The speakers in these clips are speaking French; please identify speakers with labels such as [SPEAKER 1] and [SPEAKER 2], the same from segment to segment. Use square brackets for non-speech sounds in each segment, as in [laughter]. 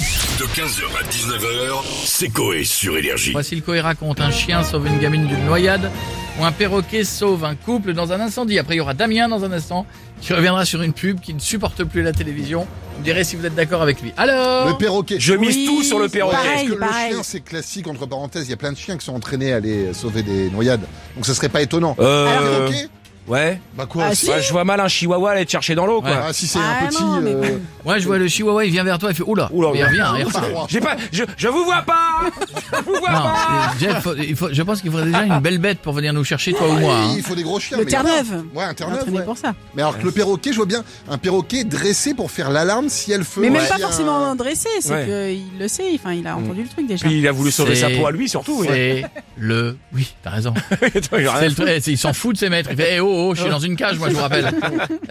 [SPEAKER 1] De 15h à 19h, c'est Coé sur Énergie.
[SPEAKER 2] Voici le Coé raconte. Un chien sauve une gamine d'une noyade ou un perroquet sauve un couple dans un incendie. Après, il y aura Damien dans un instant qui reviendra sur une pub qui ne supporte plus la télévision. Vous me direz si vous êtes d'accord avec lui.
[SPEAKER 3] Le
[SPEAKER 2] Alors
[SPEAKER 3] perroquet.
[SPEAKER 4] Je mise
[SPEAKER 5] Oui,
[SPEAKER 4] tout sur le
[SPEAKER 5] c'est
[SPEAKER 4] perroquet.
[SPEAKER 5] pareil.
[SPEAKER 3] Parce que le
[SPEAKER 5] pareil.
[SPEAKER 3] chien, c'est classique, entre parenthèses. Il y a plein de chiens qui sont entraînés à aller sauver des noyades. Donc ça serait pas étonnant.
[SPEAKER 4] Euh,
[SPEAKER 3] Perroquet
[SPEAKER 4] ouais.
[SPEAKER 3] Bah quoi
[SPEAKER 5] Ah,
[SPEAKER 3] c'est-
[SPEAKER 5] Si.
[SPEAKER 4] Bah, je vois mal un chihuahua aller te chercher dans l'eau, quoi.
[SPEAKER 3] Ah, si c'est un
[SPEAKER 5] Ah,
[SPEAKER 3] petit.
[SPEAKER 5] non, mais
[SPEAKER 3] euh,
[SPEAKER 2] Ouais, je vois le chihuahua, il vient vers toi, il fait Oula,
[SPEAKER 4] Oula,
[SPEAKER 2] il
[SPEAKER 4] oula.
[SPEAKER 2] revient, il repart.
[SPEAKER 3] trois.
[SPEAKER 4] J'ai pas, je, je vous vois pas. Je vous vois
[SPEAKER 2] Non,
[SPEAKER 4] pas.
[SPEAKER 2] mais Jeff, faut- il faut- je pense qu'il faudrait déjà une belle bête pour venir nous chercher, toi ou moi. hein.
[SPEAKER 3] Et Il faut des gros chiens.
[SPEAKER 5] Le
[SPEAKER 3] mais il y en a.
[SPEAKER 5] Terre-Neuve.
[SPEAKER 3] Ouais, un
[SPEAKER 5] On est
[SPEAKER 3] terre-neuve.
[SPEAKER 5] entraîné
[SPEAKER 3] ouais.
[SPEAKER 5] pour ça.
[SPEAKER 3] Mais alors que le perroquet, je vois bien un perroquet dressé pour faire l'alarme si elle feu.
[SPEAKER 5] Mais même
[SPEAKER 3] Ouais.
[SPEAKER 5] pas
[SPEAKER 3] Il y a un- Mm.
[SPEAKER 5] forcément dressé, c'est
[SPEAKER 4] Ouais.
[SPEAKER 5] qu'il le sait, enfin, il a entendu le truc déjà.
[SPEAKER 4] Puis il a voulu sauver sa
[SPEAKER 2] C'est-
[SPEAKER 4] peau à lui, surtout. oui.
[SPEAKER 2] C'est le. Oui, t'as raison.
[SPEAKER 4] Attends, [laughs] il a
[SPEAKER 2] C'est
[SPEAKER 4] rien
[SPEAKER 2] le
[SPEAKER 4] fait.
[SPEAKER 2] trait, c'est- il s'en fout de ses maîtres. Il fait, Eh oh, oh, je suis dans une cage, moi, je vous
[SPEAKER 4] [laughs]
[SPEAKER 2] rappelle.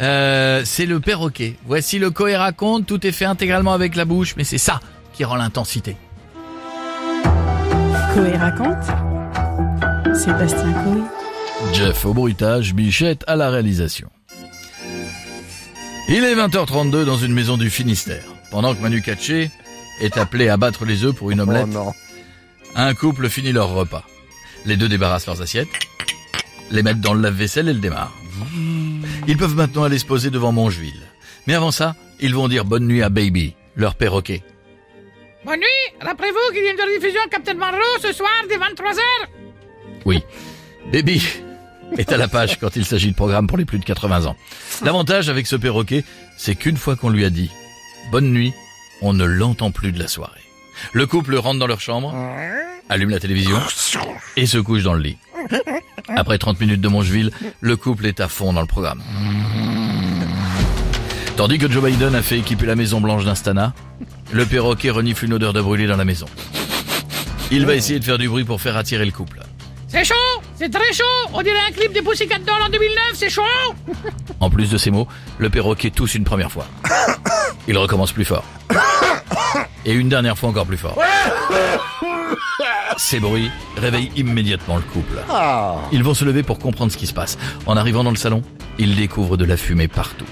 [SPEAKER 2] Euh, c'est le perroquet. Voici le Coé raconte. Tout est fait intégralement avec la bouche, mais c'est ça qui rend l'intensité.
[SPEAKER 5] Coé raconte. Sébastien Coé.
[SPEAKER 2] Jeff au bruitage, Bichette à la réalisation. Il est 20h32 dans une maison du Finistère. Pendant que Manu Katché est appelé à battre les œufs pour une
[SPEAKER 3] Oh
[SPEAKER 2] omelette,
[SPEAKER 3] non.
[SPEAKER 2] un couple finit leur repas. Les deux débarrassent leurs assiettes, les mettent dans le lave-vaisselle et le démarrent. Ils peuvent maintenant aller se poser devant Mongeville. Mais avant ça, ils vont dire bonne nuit à Baby, leur perroquet.
[SPEAKER 6] Bonne nuit, rappelez-vous qu'il y a une rediffusion Captain Marlowe ce soir dès 23h.
[SPEAKER 2] Oui. Baby est à la page quand il s'agit de programmes pour les plus de 80 ans. L'avantage avec ce perroquet, c'est qu'une fois qu'on lui a dit bonne nuit, on ne l'entend plus de la soirée. Le couple rentre dans leur chambre, allume la télévision et se couche dans le lit. Après 30 minutes de Mongeville, le couple est à fond dans le programme. Tandis que Joe Biden a fait équiper la Maison Blanche d'un stana, le perroquet renifle une odeur de brûlé dans la maison. Il va essayer de faire du bruit pour faire attirer le couple.
[SPEAKER 6] C'est chaud, c'est très chaud. On dirait un clip des Pussycat Dolls en 2009, c'est chaud.
[SPEAKER 2] En plus de ces mots, le perroquet tousse une première fois. Il recommence plus fort. Et une dernière fois encore plus fort. Ces bruits réveillent immédiatement le couple. Ils vont se lever pour comprendre ce qui se passe. En arrivant dans le salon, ils découvrent de la fumée partout.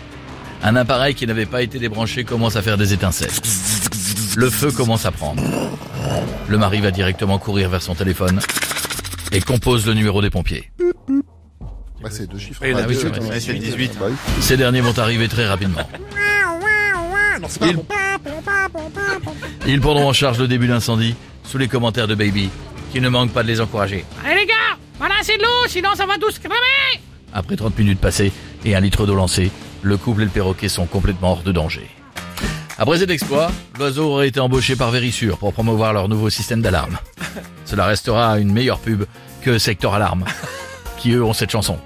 [SPEAKER 2] Un appareil qui n'avait pas été débranché commence à faire des étincelles. Le feu commence à prendre. Le mari va directement courir vers son téléphone et compose le numéro des pompiers.
[SPEAKER 3] Bah, c'est deux chiffres.
[SPEAKER 4] Et
[SPEAKER 3] pas
[SPEAKER 4] là,
[SPEAKER 2] oui,
[SPEAKER 3] deux,
[SPEAKER 2] c'est vrai,
[SPEAKER 3] quand même.
[SPEAKER 4] c'est 18.
[SPEAKER 3] Bah oui.
[SPEAKER 2] Ces derniers vont arriver très rapidement. Ils... Ils prendront en charge le début d'incendie sous les commentaires de Baby, qui ne manque pas de les encourager.
[SPEAKER 6] Allez les gars, balancez de l'eau, sinon ça va tous cramer.
[SPEAKER 2] Après 30 minutes passées et un litre d'eau lancée, le couple et le perroquet sont complètement hors de danger. Après cet exploit, l'oiseau aurait été embauché par Verisure pour promouvoir leur nouveau système d'alarme. Cela restera une meilleure pub que Sector Alarme, qui eux ont cette chanson.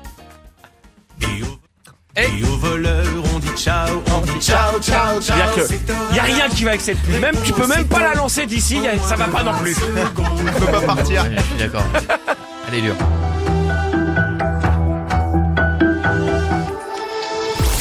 [SPEAKER 7] Et aux voleurs, on dit ciao, on dit ciao, ciao, ciao.
[SPEAKER 4] C'est-à-dire que y a rien qui va avec cette pub. Même tu peux même pas la lancer d'ici. y a- Ça va pas non plus.
[SPEAKER 2] Ouais, je suis d'accord. Elle est dure.